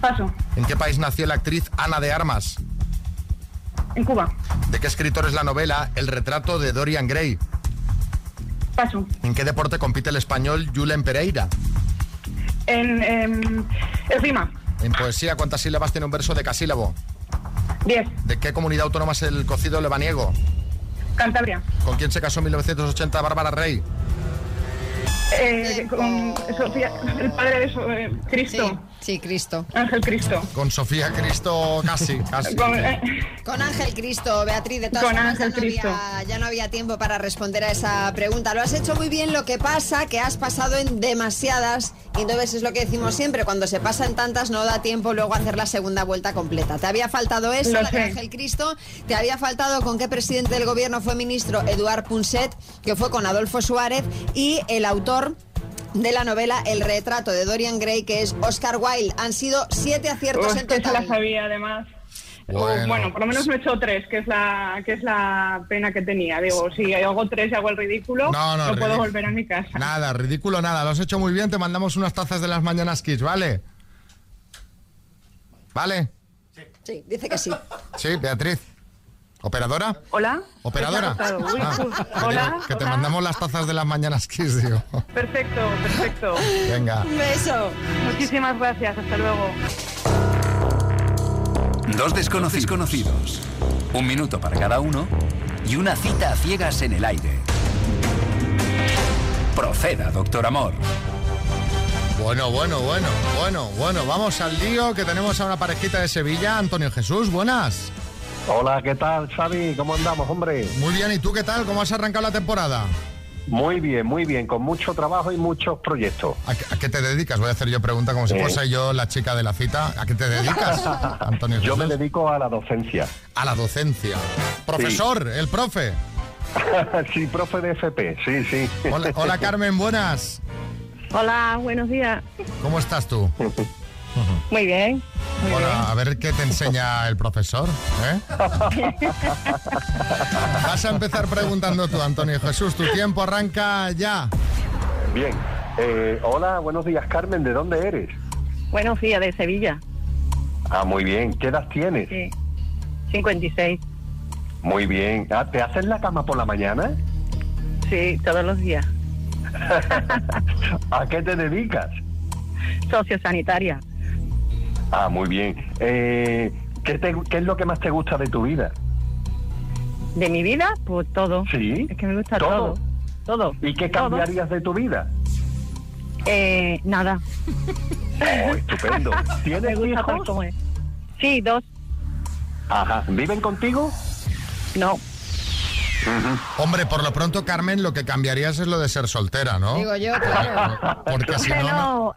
Speaker 8: paso.
Speaker 2: ¿En qué país nació la actriz Ana de Armas?
Speaker 8: En Cuba,
Speaker 2: ¿De qué escritor es la novela El retrato de Dorian Gray?
Speaker 8: paso.
Speaker 2: ¿En qué deporte compite el español Julen Pereira?
Speaker 8: En, em, en Rima,
Speaker 2: En poesía, ¿cuántas sílabas tiene un verso decasílabo?
Speaker 8: Diez.
Speaker 2: ¿De qué comunidad autónoma es el cocido lebaniego?
Speaker 8: Cantabria,
Speaker 2: ¿Con quién se casó en 1980 Bárbara Rey?
Speaker 8: eh, con Sofía, el padre de So- eh, Cristo.
Speaker 3: Sí, Cristo.
Speaker 8: Ángel Cristo.
Speaker 2: Con Sofía Cristo, casi, casi.
Speaker 8: Con, eh,
Speaker 3: Con Ángel Cristo, Beatriz, de todas
Speaker 8: Con
Speaker 3: formas,
Speaker 8: Ángel
Speaker 3: ya no, había, ya no había tiempo para responder a esa pregunta. Lo has hecho muy bien, lo que pasa que has pasado en demasiadas y entonces es lo que decimos siempre, cuando se pasan tantas no da tiempo luego a hacer la segunda vuelta completa. Te había faltado eso,
Speaker 8: Lo
Speaker 3: la de
Speaker 8: sé.
Speaker 3: Ángel Cristo, te había faltado con qué presidente del gobierno fue ministro Eduard Punset, que fue con Adolfo Suárez, y el autor de la novela El retrato de Dorian Gray, que es Oscar Wilde. Han sido siete aciertos
Speaker 8: Hostia,
Speaker 3: en
Speaker 8: esa
Speaker 3: total.
Speaker 8: la sabía además.
Speaker 2: Bueno.
Speaker 8: O, bueno, por lo menos me he hecho tres, que es la que es la pena que tenía. Digo, si hago tres y hago el ridículo,
Speaker 2: No, no,
Speaker 8: puedo
Speaker 2: ridículo.
Speaker 8: volver a mi casa.
Speaker 2: Nada, ridículo nada. Lo has hecho muy bien. Te mandamos unas tazas de las mañanas Kids, ¿vale? ¿Vale?
Speaker 3: Sí, dice que sí.
Speaker 2: Sí, Beatriz. ¿Operadora?
Speaker 8: Hola.
Speaker 2: ¿Operadora?
Speaker 8: Se ha cortado. Uy,
Speaker 2: Ah,
Speaker 8: uy.
Speaker 2: que te-
Speaker 8: Hola.
Speaker 2: Que te
Speaker 8: hola.
Speaker 2: mandamos las tazas de las mañanas Kids, digo.
Speaker 8: Perfecto, perfecto.
Speaker 2: Venga.
Speaker 8: beso. Muchísimas gracias. Hasta luego.
Speaker 15: Dos desconocidos conocidos. Un minuto para cada uno y una cita a ciegas en el aire. Proceda, doctor Amor.
Speaker 2: Bueno, bueno, bueno, bueno, bueno. Vamos al lío que tenemos a una parejita de Sevilla. Antonio Jesús, buenas.
Speaker 18: Hola, ¿qué tal, Xavi? ¿Cómo andamos, hombre?
Speaker 2: Muy bien, ¿y tú qué tal? ¿Cómo has arrancado la temporada?
Speaker 18: Muy bien, muy bien, con mucho trabajo y muchos proyectos.
Speaker 2: ¿A qué, a qué te dedicas? Voy a hacer yo pregunta como si
Speaker 18: Sí.
Speaker 2: fuese yo la chica de la cita. ¿A qué te dedicas, Antonio
Speaker 18: Yo
Speaker 2: Jesús?
Speaker 18: me dedico a la docencia.
Speaker 2: A la docencia. Profesor, el profe.
Speaker 18: sí, profe de FP, sí, sí.
Speaker 2: Hola, hola, Carmen, buenas.
Speaker 10: Hola, buenos días.
Speaker 2: ¿Cómo estás tú?
Speaker 10: Muy bien.
Speaker 2: Hola, a ver qué te enseña el profesor. ¿eh? Vas a empezar preguntando tú, Antonio Jesús. Tu tiempo arranca ya.
Speaker 18: Bien. Eh, hola, buenos días, Carmen. ¿De dónde eres?
Speaker 10: Buenos días de Sevilla.
Speaker 18: Ah, muy bien. ¿Qué edad tienes?
Speaker 10: Sí. 56.
Speaker 18: Muy bien. Ah, ¿Te haces la cama por la mañana?
Speaker 10: Sí, todos los días.
Speaker 18: ¿A qué te dedicas?
Speaker 10: Sociosanitaria.
Speaker 18: Ah, muy bien. Eh, ¿qué, te- ¿Qué es lo que más te gusta de tu vida?
Speaker 10: De mi vida, pues todo.
Speaker 18: Sí.
Speaker 10: Es que me gusta
Speaker 18: Todo.
Speaker 10: todo. Ah, Todo.
Speaker 18: ¿Y qué
Speaker 10: Todo.
Speaker 18: cambiarías de tu vida?
Speaker 10: Eh, nada.
Speaker 18: Oh, estupendo.
Speaker 10: Me
Speaker 18: ¿Tienes
Speaker 10: gusta tal
Speaker 18: hijos?
Speaker 10: como es. Sí, dos.
Speaker 18: Ajá. ¿Viven contigo?
Speaker 10: No.
Speaker 2: Hombre, por lo pronto, Carmen, lo que cambiarías es lo de ser soltera, ¿no?
Speaker 10: Digo yo, claro.
Speaker 2: Porque si no, no,
Speaker 10: Bueno,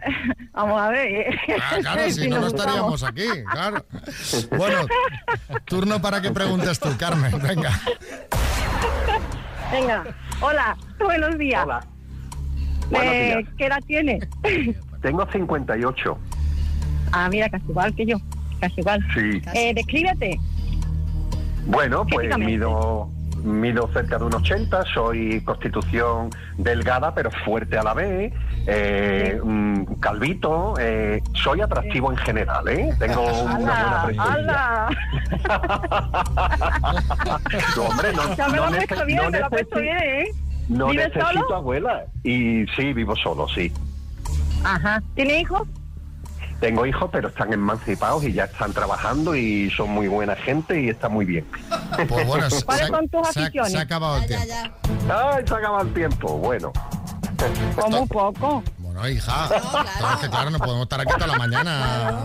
Speaker 10: vamos a ver. ¿eh?
Speaker 2: Ah, claro, si no, no
Speaker 10: nos
Speaker 2: estaríamos
Speaker 10: gustamos.
Speaker 2: aquí, claro. Bueno, turno para que preguntes tú, Carmen, venga.
Speaker 10: Venga. Hola, buenos días. Hola.
Speaker 18: Buenos días.
Speaker 10: ¿Qué edad tienes?
Speaker 18: Tengo 58.
Speaker 10: Ah, mira, casi igual que yo. Casi igual.
Speaker 18: Sí.
Speaker 10: Eh, descríbete.
Speaker 18: Bueno, pues
Speaker 10: Físicamente.
Speaker 18: mido, mido cerca de un 80, soy constitución delgada pero fuerte a la vez, eh, mm, calvito, eh, soy atractivo en general, ¿eh? Tengo una buena presencia.
Speaker 10: ¡Hala!
Speaker 18: No, hombre, no,
Speaker 10: Ya me
Speaker 18: no
Speaker 10: lo he
Speaker 18: nece-
Speaker 10: puesto bien,
Speaker 18: no
Speaker 10: me lo he
Speaker 18: necesi-
Speaker 10: puesto bien, ¿eh?
Speaker 18: no
Speaker 10: ¿Vives
Speaker 18: necesito
Speaker 10: solo?
Speaker 18: abuela. Y sí, vivo solo, sí.
Speaker 10: Ajá. ¿Tiene hijos?
Speaker 18: Tengo hijos, pero están emancipados y ya están trabajando y son muy buena gente y está muy bien.
Speaker 2: Pues bueno, se-
Speaker 10: ¿Cuáles
Speaker 2: se-
Speaker 10: son tus
Speaker 2: se-
Speaker 10: aficiones?
Speaker 2: Se ha acabado el tiempo.
Speaker 18: Ay, se acaba el tiempo. Bueno.
Speaker 10: O muy poco.
Speaker 2: Bueno, hija, claro, es que claro, no podemos estar aquí toda la mañana.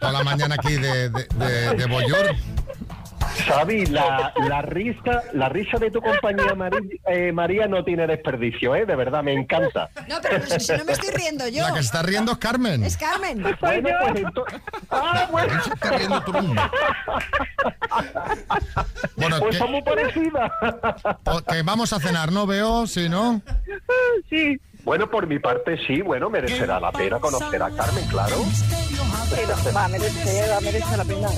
Speaker 2: Toda la mañana aquí de, de, de, de Bollor.
Speaker 18: Xavi, la, la risa, la risa de tu compañía Mari- eh, María no tiene desperdicio, ¿eh? De verdad, me encanta.
Speaker 3: No, pero pues, si, si no me estoy riendo yo.
Speaker 2: La que se está riendo es Carmen.
Speaker 3: Es Carmen.
Speaker 18: Bueno, pues entonces... Ah, bueno.
Speaker 2: Bueno,
Speaker 18: Pues
Speaker 2: que,
Speaker 18: son muy parecidas.
Speaker 2: o- que vamos a cenar, ¿no veo? Si no.
Speaker 18: Sí. Bueno, por mi parte sí, bueno, merecerá la pena conocer a Carmen, claro.
Speaker 10: Pero va, merece, va, merece la pena.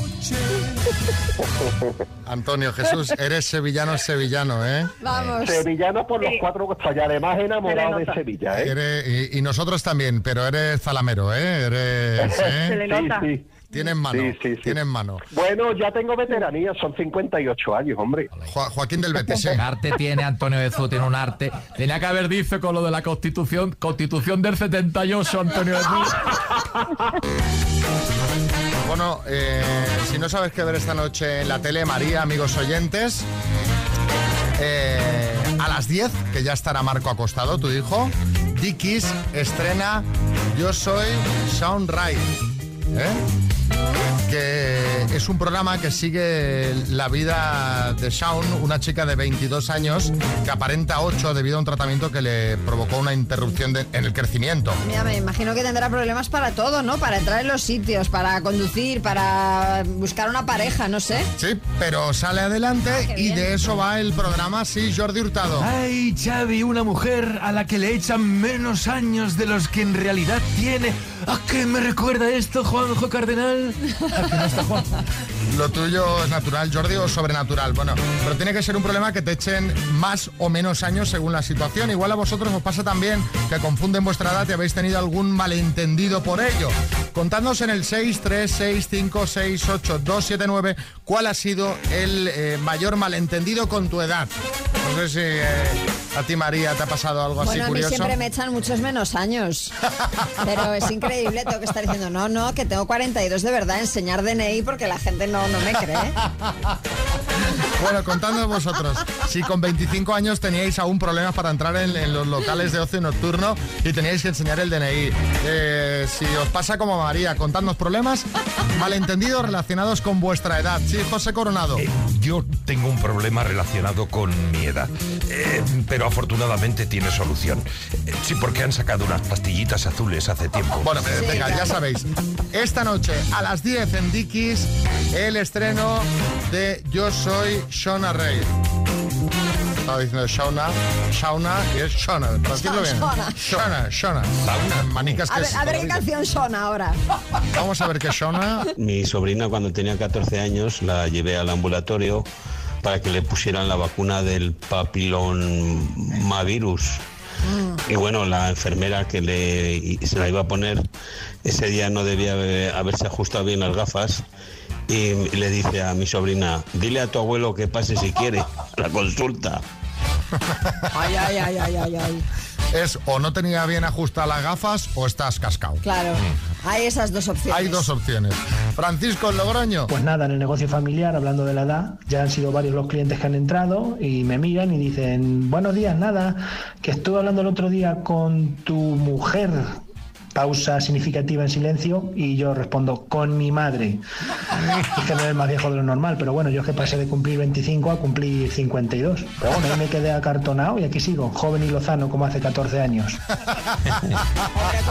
Speaker 2: Antonio Jesús, eres sevillano, sevillano, ¿eh?
Speaker 10: Vamos.
Speaker 18: Sevillano por los cuatro costados, y además enamorado de Sevilla, ¿eh?
Speaker 2: Eres- y, y nosotros también, pero eres zalamero, ¿eh? Eres, ¿eh?
Speaker 18: Se le nota. Sí, sí.
Speaker 2: Tienes mano,
Speaker 18: Sí, sí, sí.
Speaker 2: tienes mano.
Speaker 18: Bueno, ya tengo veteranía, son 58 años, hombre.
Speaker 2: Jo- Joaquín del Betis, ¿eh?
Speaker 16: Un arte tiene Antonio de Jesús, tiene un arte. Tenía que haber dicho con lo de la Constitución, Constitución del 78, Antonio de Jesús.
Speaker 2: Bueno, eh, si no sabes qué ver esta noche en la tele, María, amigos oyentes, eh, a las 10, que ya estará Marco acostado, tu hijo, Dickies estrena Yo Soy Soundrise. Que es un programa que sigue la vida de Shaun, una chica de 22 años que aparenta 8 debido a un tratamiento que le provocó una interrupción de- en el crecimiento.
Speaker 3: Mira, me imagino que tendrá problemas para todo, ¿no? Para entrar en los sitios, para conducir, para buscar una pareja, no sé.
Speaker 2: Sí, pero sale adelante
Speaker 3: Ah,
Speaker 2: y de eso va el programa, sí, Jordi Hurtado.
Speaker 19: Ay, Xavi, una mujer a la que le echan menos años de los que en realidad tiene.
Speaker 6: ¿A qué me recuerda esto, Juanjo Cardenal? ¿A que no está Juan?
Speaker 2: ¿Lo tuyo es natural, Jordi, o sobrenatural? Bueno, pero tiene que ser un problema que te echen más o menos años según la situación. Igual a vosotros os pasa también que confunden vuestra edad y habéis tenido algún malentendido por ello. Contadnos en el 636568279 cuál ha sido el eh, mayor malentendido con tu edad. No sé si eh, a ti, María, te ha pasado algo así
Speaker 3: Bueno, a mí
Speaker 2: curioso.
Speaker 3: siempre me echan muchos menos años. Pero es increíble, tengo que estar diciendo, no, no, que tengo 42 de verdad, enseñar DNI porque la gente no, no me cree.
Speaker 2: Bueno, contadnos vosotros, si con 25 años teníais aún problemas para entrar en, en los locales de ocio nocturno y teníais que enseñar el DNI. Eh, si os pasa como a María, contadnos problemas malentendidos relacionados con vuestra edad. Sí, José Coronado.
Speaker 5: Yo tengo un problema relacionado con mi edad, Eh, pero afortunadamente tiene solución. Eh, sí, porque han sacado unas pastillitas azules hace tiempo.
Speaker 2: Bueno, eh, venga, ya sabéis. Esta noche a las 10 en Dickies, el estreno de Yo soy Shona Rey. Estaba diciendo Shauna, Shauna y es Shona. Para decirlo bien.
Speaker 3: Shona.
Speaker 2: Shona, Shona. Manicas que
Speaker 3: A ver,
Speaker 2: es-
Speaker 3: a ver qué canción son ahora.
Speaker 2: Vamos a ver qué Shona.
Speaker 19: Mi sobrina cuando tenía 14 años la llevé al ambulatorio para que le pusieran la vacuna del papilomavirus. Y bueno, la enfermera que le, y se la iba a poner ese día no debía eh, haberse ajustado bien las gafas y, y le dice a mi sobrina, dile a tu abuelo que pase si quiere a la consulta.
Speaker 3: Ay, ay, ay, ay, ay, ay.
Speaker 2: es o no tenía bien ajustadas las gafas o estás cascado.
Speaker 3: Claro. Hay esas dos opciones.
Speaker 2: Hay dos opciones. Francisco en Logroño.
Speaker 12: Pues nada, en el negocio familiar, hablando de la edad, ya han sido varios los clientes que han entrado y me miran y dicen, buenos días, nada, que estuve hablando el otro día con tu mujer. Pausa significativa en silencio y yo respondo, con mi madre. Es que no es más viejo de lo normal, pero bueno, yo es que pasé de cumplir 25 a cumplir 52. Pero bueno, ahí me quedé acartonado y aquí sigo, joven y lozano como hace 14 años.
Speaker 3: Hombre,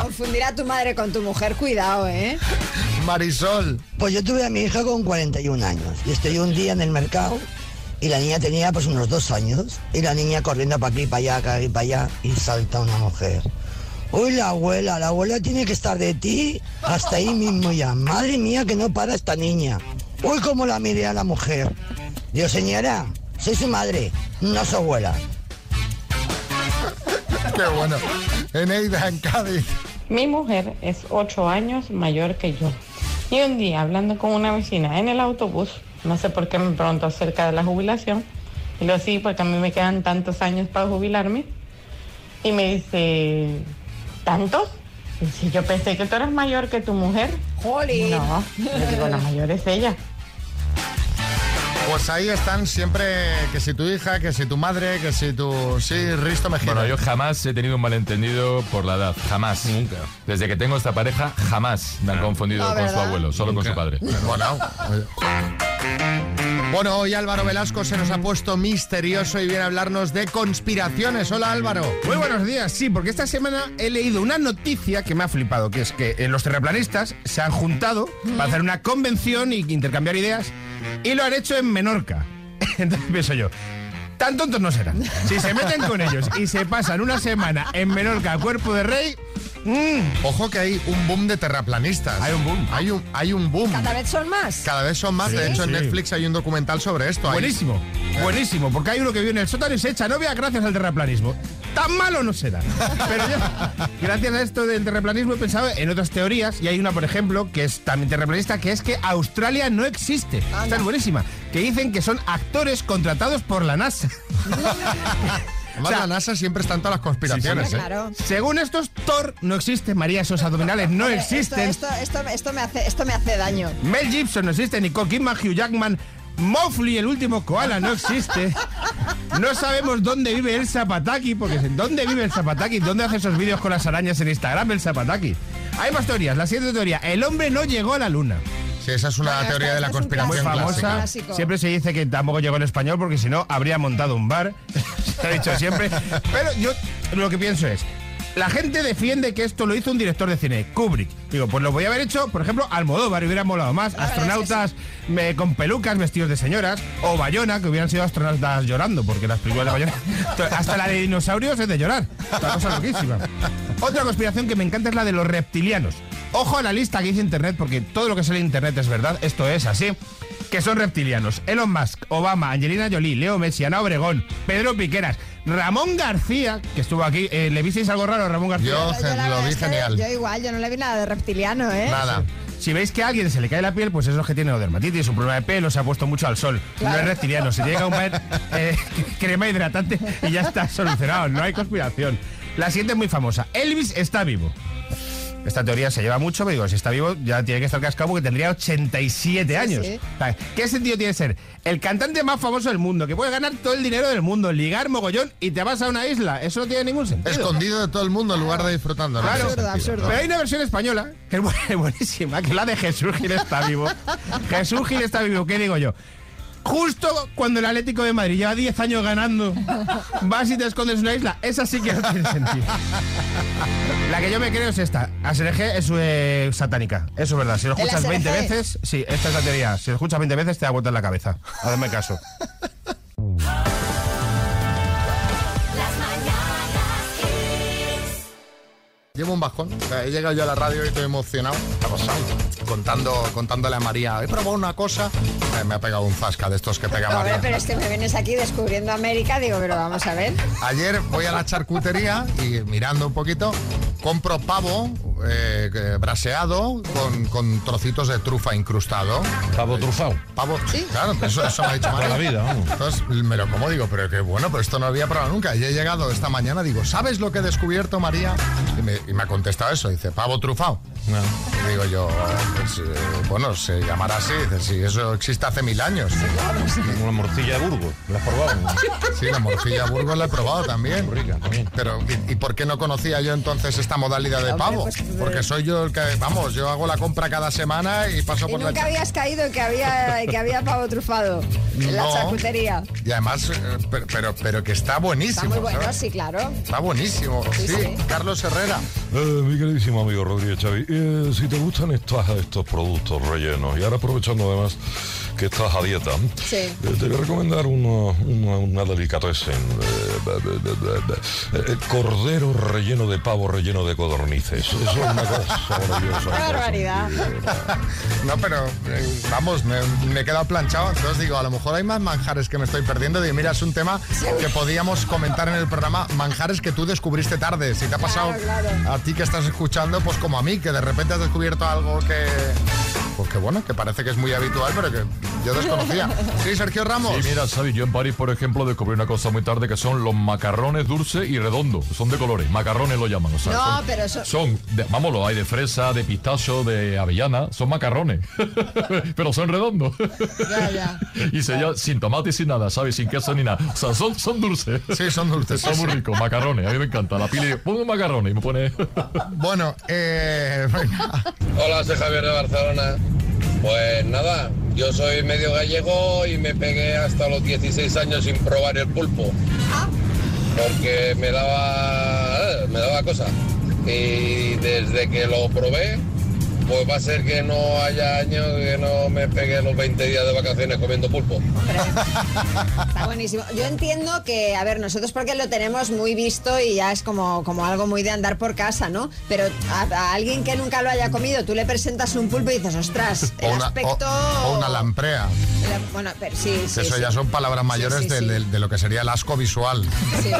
Speaker 3: confundir a tu madre con tu mujer, cuidado, ¿eh?
Speaker 2: Marisol.
Speaker 20: Pues yo tuve a mi hija con 41 años y estoy un día en el mercado y la niña tenía pues unos dos años y la niña corriendo para aquí, para allá, para aquí, para allá y salta una mujer. Uy, la abuela, la abuela tiene que estar de ti hasta ahí mismo ya. Madre mía, que no para esta niña. Uy, cómo la miré a la mujer. Dios, señora, soy su madre, no su abuela.
Speaker 2: Qué bueno. Eneida en Cádiz.
Speaker 21: Mi mujer es ocho años mayor que yo. Y un día, hablando con una vecina en el autobús, no sé por qué me preguntó acerca de la jubilación, y lo sí, porque a mí me quedan tantos años para jubilarme, y me dice, ¿tantos? Y dice, yo pensé que tú eras mayor que tu mujer.
Speaker 3: ¡Jolín!
Speaker 21: No, le digo, la mayor es ella.
Speaker 2: Pues ahí están siempre que si tu hija, que si tu madre, que si tu... Sí, Risto Mejía.
Speaker 22: Bueno, yo jamás he tenido un malentendido por la edad, jamás. Nunca. Desde que tengo esta pareja, jamás me han confundido
Speaker 2: No,
Speaker 22: con su
Speaker 2: ¿verdad?
Speaker 22: abuelo, solo con su padre.
Speaker 2: Bueno, Bueno, hoy Álvaro Velasco se nos ha puesto misterioso y viene a hablarnos de conspiraciones. Hola Álvaro.
Speaker 23: Muy buenos días, sí, porque esta semana he leído una noticia que me ha flipado, que es que eh, los terraplanistas se han juntado para hacer una convención y intercambiar ideas, y lo han hecho en Menorca. Entonces pienso yo, tan tontos no serán. Si se meten con ellos y se pasan una semana en Menorca a cuerpo de rey... mm,
Speaker 2: Ojo que hay un boom de terraplanistas. Hay un boom. Hay un, hay un boom.
Speaker 3: Cada vez son más.
Speaker 2: Cada vez son más.
Speaker 23: Sí.
Speaker 2: de hecho, en
Speaker 23: Sí.
Speaker 2: Netflix hay un documental sobre esto. Ahí- Eh.
Speaker 23: Buenísimo, buenísimo, porque hay uno que vive en el sótano y se echa novia gracias al terraplanismo. Tan malo no será. Pero yo, gracias a esto del terraplanismo, he pensado en otras teorías y hay una, por ejemplo, que es también terraplanista, que es que Australia no existe. Está buenísima. Que dicen que son actores contratados por la NASA.
Speaker 2: Además, la NASA siempre están todas las conspiraciones, ¿eh? claro.
Speaker 23: Según estos, Thor no existe, María, esos abdominales no
Speaker 3: Hombre,
Speaker 23: existen.
Speaker 3: Esto, esto, esto- esto me hace, esto me hace daño.
Speaker 23: Mel Gibson no existe, Nicole Kidman, Hugh Jackman, Mowgli, el último koala, no existe. No sabemos dónde vive el Zapataki, porque ¿dónde vive el Zapataki? ¿Dónde hace esos vídeos con las arañas en Instagram el Zapataki? Hay más teorías. La siguiente teoría, el hombre no llegó a la luna.
Speaker 2: Sí, esa es una Bueno, teoría esta- de la esta es un conspiración
Speaker 23: Muy
Speaker 2: clásico.
Speaker 23: famosa.
Speaker 2: clásico.
Speaker 23: Siempre se dice que tampoco llegó en español porque si no habría montado un bar. se ha dicho siempre. Pero yo lo que pienso es, la gente defiende que esto lo hizo un director de cine, Kubrick. Digo, pues lo voy a haber hecho, por ejemplo, Almodóvar, hubiera molado más. Astronautas me- con pelucas, vestidos de señoras. O Bayona, que hubieran sido astronautas llorando, porque las películas de Bayona... To- Hasta la de dinosaurios es de llorar. Una cosa loquísima. Otra conspiración que me encanta es la de los reptilianos. Ojo a la lista que dice Internet, porque todo lo que sale en Internet es verdad, esto es así. Que son reptilianos. Elon Musk, Obama, Angelina Jolie, Leo Messi, Ana Obregón, Pedro Piqueras, Ramón García, que estuvo aquí. Eh, ¿Le visteis algo raro a Ramón García?
Speaker 3: la verdad es que Yo igual, yo no le vi nada de reptiliano, ¿eh?
Speaker 23: Si veis que a alguien se le cae la piel, pues eso es que tiene dermatitis, un problema de pelo, se ha puesto mucho al sol.
Speaker 3: Claro.
Speaker 23: No es reptiliano. Se llega a un bar, eh, crema hidratante y ya está solucionado. No hay conspiración. La siguiente es muy famosa. Elvis está vivo. Esta teoría se lleva mucho, pero digo, si está vivo ya tiene que estar cascado porque tendría 87 años.
Speaker 4: sí.
Speaker 23: O sea, ¿Qué sentido tiene ser el cantante más famoso del mundo, que puede ganar todo el dinero del mundo, ligar mogollón y te vas a una isla? Eso no tiene ningún sentido.
Speaker 2: Escondido de todo el mundo en lugar de disfrutando. ¿no?
Speaker 23: Claro,
Speaker 2: Ese sentido, ¿no?
Speaker 23: pero hay una versión española que es bu- buenísima, que es la de Jesús Gil está vivo. Jesús Gil está vivo, ¿qué digo yo? Justo cuando el Atlético de Madrid lleva 10 años ganando, vas y te escondes en una isla. Esa sí que no tiene sentido. La que yo me creo es esta. Aserje es eh, satánica. Eso es verdad. Si lo
Speaker 4: ¿El
Speaker 23: escuchas 20
Speaker 4: Aserje?
Speaker 23: veces, sí, esta es la teoría. Si lo escuchas 20 veces, te da vuelta en la cabeza. Hazme caso.
Speaker 2: Llevo un bajón. O sea, he llegado yo a la radio y estoy emocionado. ¿Qué ha pasado? Contando, contándole a María. He probado una cosa. Eh, me ha pegado un zasca de estos que pega
Speaker 3: A ver,
Speaker 2: María.
Speaker 3: pero es que me vienes aquí descubriendo América, digo, pero vamos a ver.
Speaker 2: Ayer voy a la charcutería y mirando un poquito, compro pavo eh, eh, braseado con, con trocitos de trufa incrustado. ¿Pavo trufado? Pavo, claro, pero eso, eso me ha dicho
Speaker 11: Toda
Speaker 2: María.
Speaker 11: la vida, vamos.
Speaker 2: Entonces me lo como, digo, pero qué bueno, pero esto no lo había probado nunca. Y he llegado esta mañana, digo, ¿sabes lo que he descubierto, María? Y me, y me ha contestado eso, dice, pavo trufado. Y digo yo, pues, eh, bueno, se llamará así, dice, sí, eso existe hace mil años. Como la morcilla de Burgos, ¿la has probado? Sí, la morcilla de Burgos la he probado también. Pero, ¿y, y por qué no conocía yo entonces esta modalidad de
Speaker 3: Hombre,
Speaker 2: pavo?
Speaker 3: pues, eh.
Speaker 2: Porque soy yo el que, vamos, yo hago la compra cada semana y paso
Speaker 3: Y
Speaker 2: por la...
Speaker 3: nunca habías caído que había, que había pavo trufado en la
Speaker 2: No.
Speaker 3: charcutería.
Speaker 2: Y además, eh, pero, pero, pero que está
Speaker 3: Está
Speaker 2: buenísimo.
Speaker 3: muy bueno,
Speaker 2: pues, ¿sabes?
Speaker 3: sí, claro.
Speaker 2: Está buenísimo,
Speaker 3: Sí,
Speaker 2: sí.
Speaker 3: sí.
Speaker 2: Carlos Herrera.
Speaker 7: Eh, mi queridísimo amigo Rodríguez Chavi, eh, si te gustan estas, estos productos rellenos, y ahora aprovechando además que estás a dieta,
Speaker 4: Sí.
Speaker 7: eh, te voy a recomendar una, una, una delicatessen, eh, ba- ba- ba- ba- ba- eh, cordero relleno de pavo relleno de codornices. Eso es una cosa maravillosa.
Speaker 3: barbaridad.
Speaker 2: No, pero eh, vamos, me, me he quedado planchado. Entonces digo, a lo mejor hay más manjares que me estoy perdiendo. Digo, mira, es un tema que podíamos comentar en el programa. Manjares que tú descubriste tarde. Si te ha pasado a ti que estás escuchando, pues como a mí, que de repente has descubierto algo que. Pues que bueno, que parece que es muy habitual, pero que yo desconocía. Sí, Sergio Ramos.
Speaker 22: Sí, mira, Xavi, yo en París, por ejemplo, descubrí una cosa muy tarde que son los macarrones dulces y redondos. Son de colores, macarrones lo llaman. O sea,
Speaker 3: No,
Speaker 22: son,
Speaker 3: pero eso-
Speaker 22: Son, de- vamos, los hay de fresa, de pistacho, de avellana. Son macarrones, pero son redondos. Y se llama sin tomate y sin nada, ¿sabes? Sin queso ni nada. O sea, son, son dulces.
Speaker 2: Sí, son dulces.
Speaker 22: Son muy ricos, macarrones. A mí me encanta. La pili, pongo macarrones y me pone...
Speaker 2: Bueno, eh, venga.
Speaker 24: Hola, soy Javier de Barcelona. Pues nada, yo soy medio gallego y me pegué hasta los 16 años sin probar el pulpo. Porque me daba, eh, me daba cosa. Y desde que lo probé, pues va a ser que no haya años que no me pegue los 20 días de vacaciones comiendo pulpo.
Speaker 3: Está buenísimo. Yo entiendo que, a ver, nosotros porque lo tenemos muy visto y ya es como, como algo muy de andar por casa, ¿no? Pero a, a alguien que nunca lo haya comido, tú le presentas un pulpo y dices, ostras,
Speaker 2: O
Speaker 3: el
Speaker 2: una, o-
Speaker 3: aspecto...
Speaker 2: o una lamprea.
Speaker 3: la- bueno, pero sí, sí,
Speaker 2: Eso
Speaker 3: sí.
Speaker 2: ya son palabras
Speaker 3: Sí,
Speaker 2: mayores
Speaker 3: sí,
Speaker 2: del-
Speaker 3: sí.
Speaker 2: del- De, lo que sería el asco visual.
Speaker 3: Sí.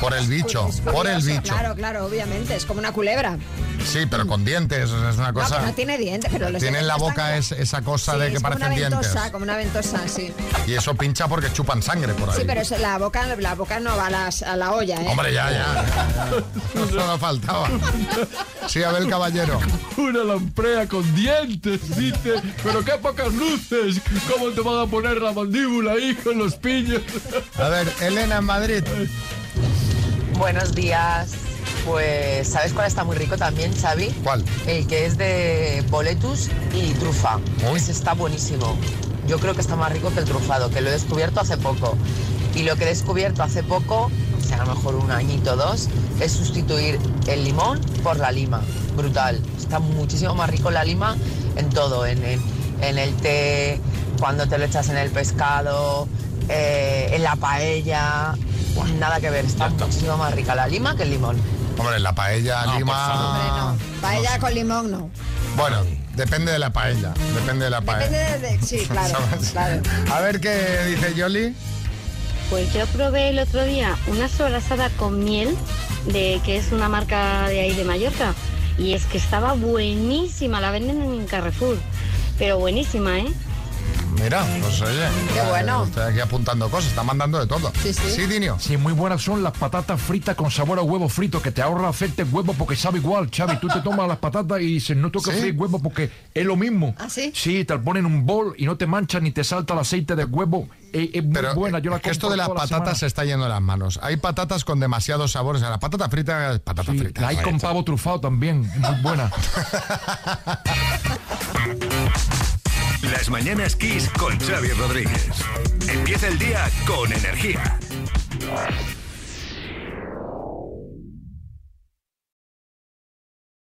Speaker 2: Por el bicho,
Speaker 3: Es
Speaker 2: por el
Speaker 3: curioso,
Speaker 2: bicho.
Speaker 3: Claro, claro, obviamente, es como una culebra.
Speaker 2: Sí, pero con dientes, o sea, es una
Speaker 3: No,
Speaker 2: cosa...
Speaker 3: pero no tiene dientes, pero los
Speaker 2: Tienen
Speaker 3: dientes
Speaker 2: la
Speaker 3: están
Speaker 2: boca es- esa cosa
Speaker 3: Sí,
Speaker 2: de que
Speaker 3: es
Speaker 2: parecen
Speaker 3: como una
Speaker 2: dientes.
Speaker 3: ventosa, como una ventosa, sí.
Speaker 2: Y eso pincha porque chupan sangre por ahí.
Speaker 3: Sí, pero eso, la boca, la boca no va a, las- a la olla, ¿eh?
Speaker 2: Hombre, ya, ya. Solo faltaba. Sí, Abel Caballero.
Speaker 22: Una lamprea con dientes, dice. Pero qué pocas luces. ¿Cómo te van a poner la mandíbula ahí con los piños?
Speaker 2: A ver, Elena en Madrid.
Speaker 25: Buenos días. Pues, ¿sabes cuál está muy rico también, Xavi?
Speaker 2: ¿Cuál?
Speaker 25: El que es de boletus y trufa. Ese está buenísimo. Yo creo que está más rico que el trufado, que lo he descubierto hace poco. Y lo que he descubierto hace poco, o sea, a lo mejor un añito o dos, es sustituir el limón por la lima. Brutal. Está muchísimo más rico la lima en todo, en, en- en el té, cuando te lo echas en el pescado, eh, en la paella. Nada que ver, está muchísimo más rica la lima que el limón.
Speaker 2: Hombre, la paella,
Speaker 25: No, por
Speaker 2: lima...
Speaker 25: favor.
Speaker 3: Paella con limón, no.
Speaker 2: Bueno, depende de la paella. Depende de la paella.
Speaker 3: Depende de- de- sí, claro, claro.
Speaker 2: A ver qué dice Yoli.
Speaker 10: Pues yo probé el otro día una sobrasada con miel, de que es una marca de ahí de Mallorca, y es que estaba buenísima, la venden en Carrefour, pero buenísima, ¿eh?
Speaker 2: Mira, pues oye.
Speaker 10: Qué
Speaker 2: eh,
Speaker 10: bueno.
Speaker 2: Está aquí apuntando cosas, está mandando de todo. Sí, sí. Dinio.
Speaker 6: Sí, muy buenas son las patatas fritas con sabor a huevo frito, que te ahorra aceite huevo porque sabe igual, Xavi. Tú te tomas las patatas y dices, no toca
Speaker 2: ¿Sí?
Speaker 6: freír huevo porque es lo mismo. ¿Ah, sí? Sí, te la ponen en un bol y no te mancha ni te salta el aceite de huevo. Eh, Es, muy
Speaker 2: Pero
Speaker 6: buena, yo la
Speaker 2: es que esto
Speaker 6: compro
Speaker 2: de las
Speaker 6: toda la
Speaker 2: patatas se
Speaker 6: semana.
Speaker 2: está yendo de las manos. Hay patatas con demasiados sabores. O sea, la patata frita es patata frita.
Speaker 6: La hay con pavo trufado también, es muy buena.
Speaker 18: Las mañanas Kiss con Xavi Rodríguez. Empieza el día con energía.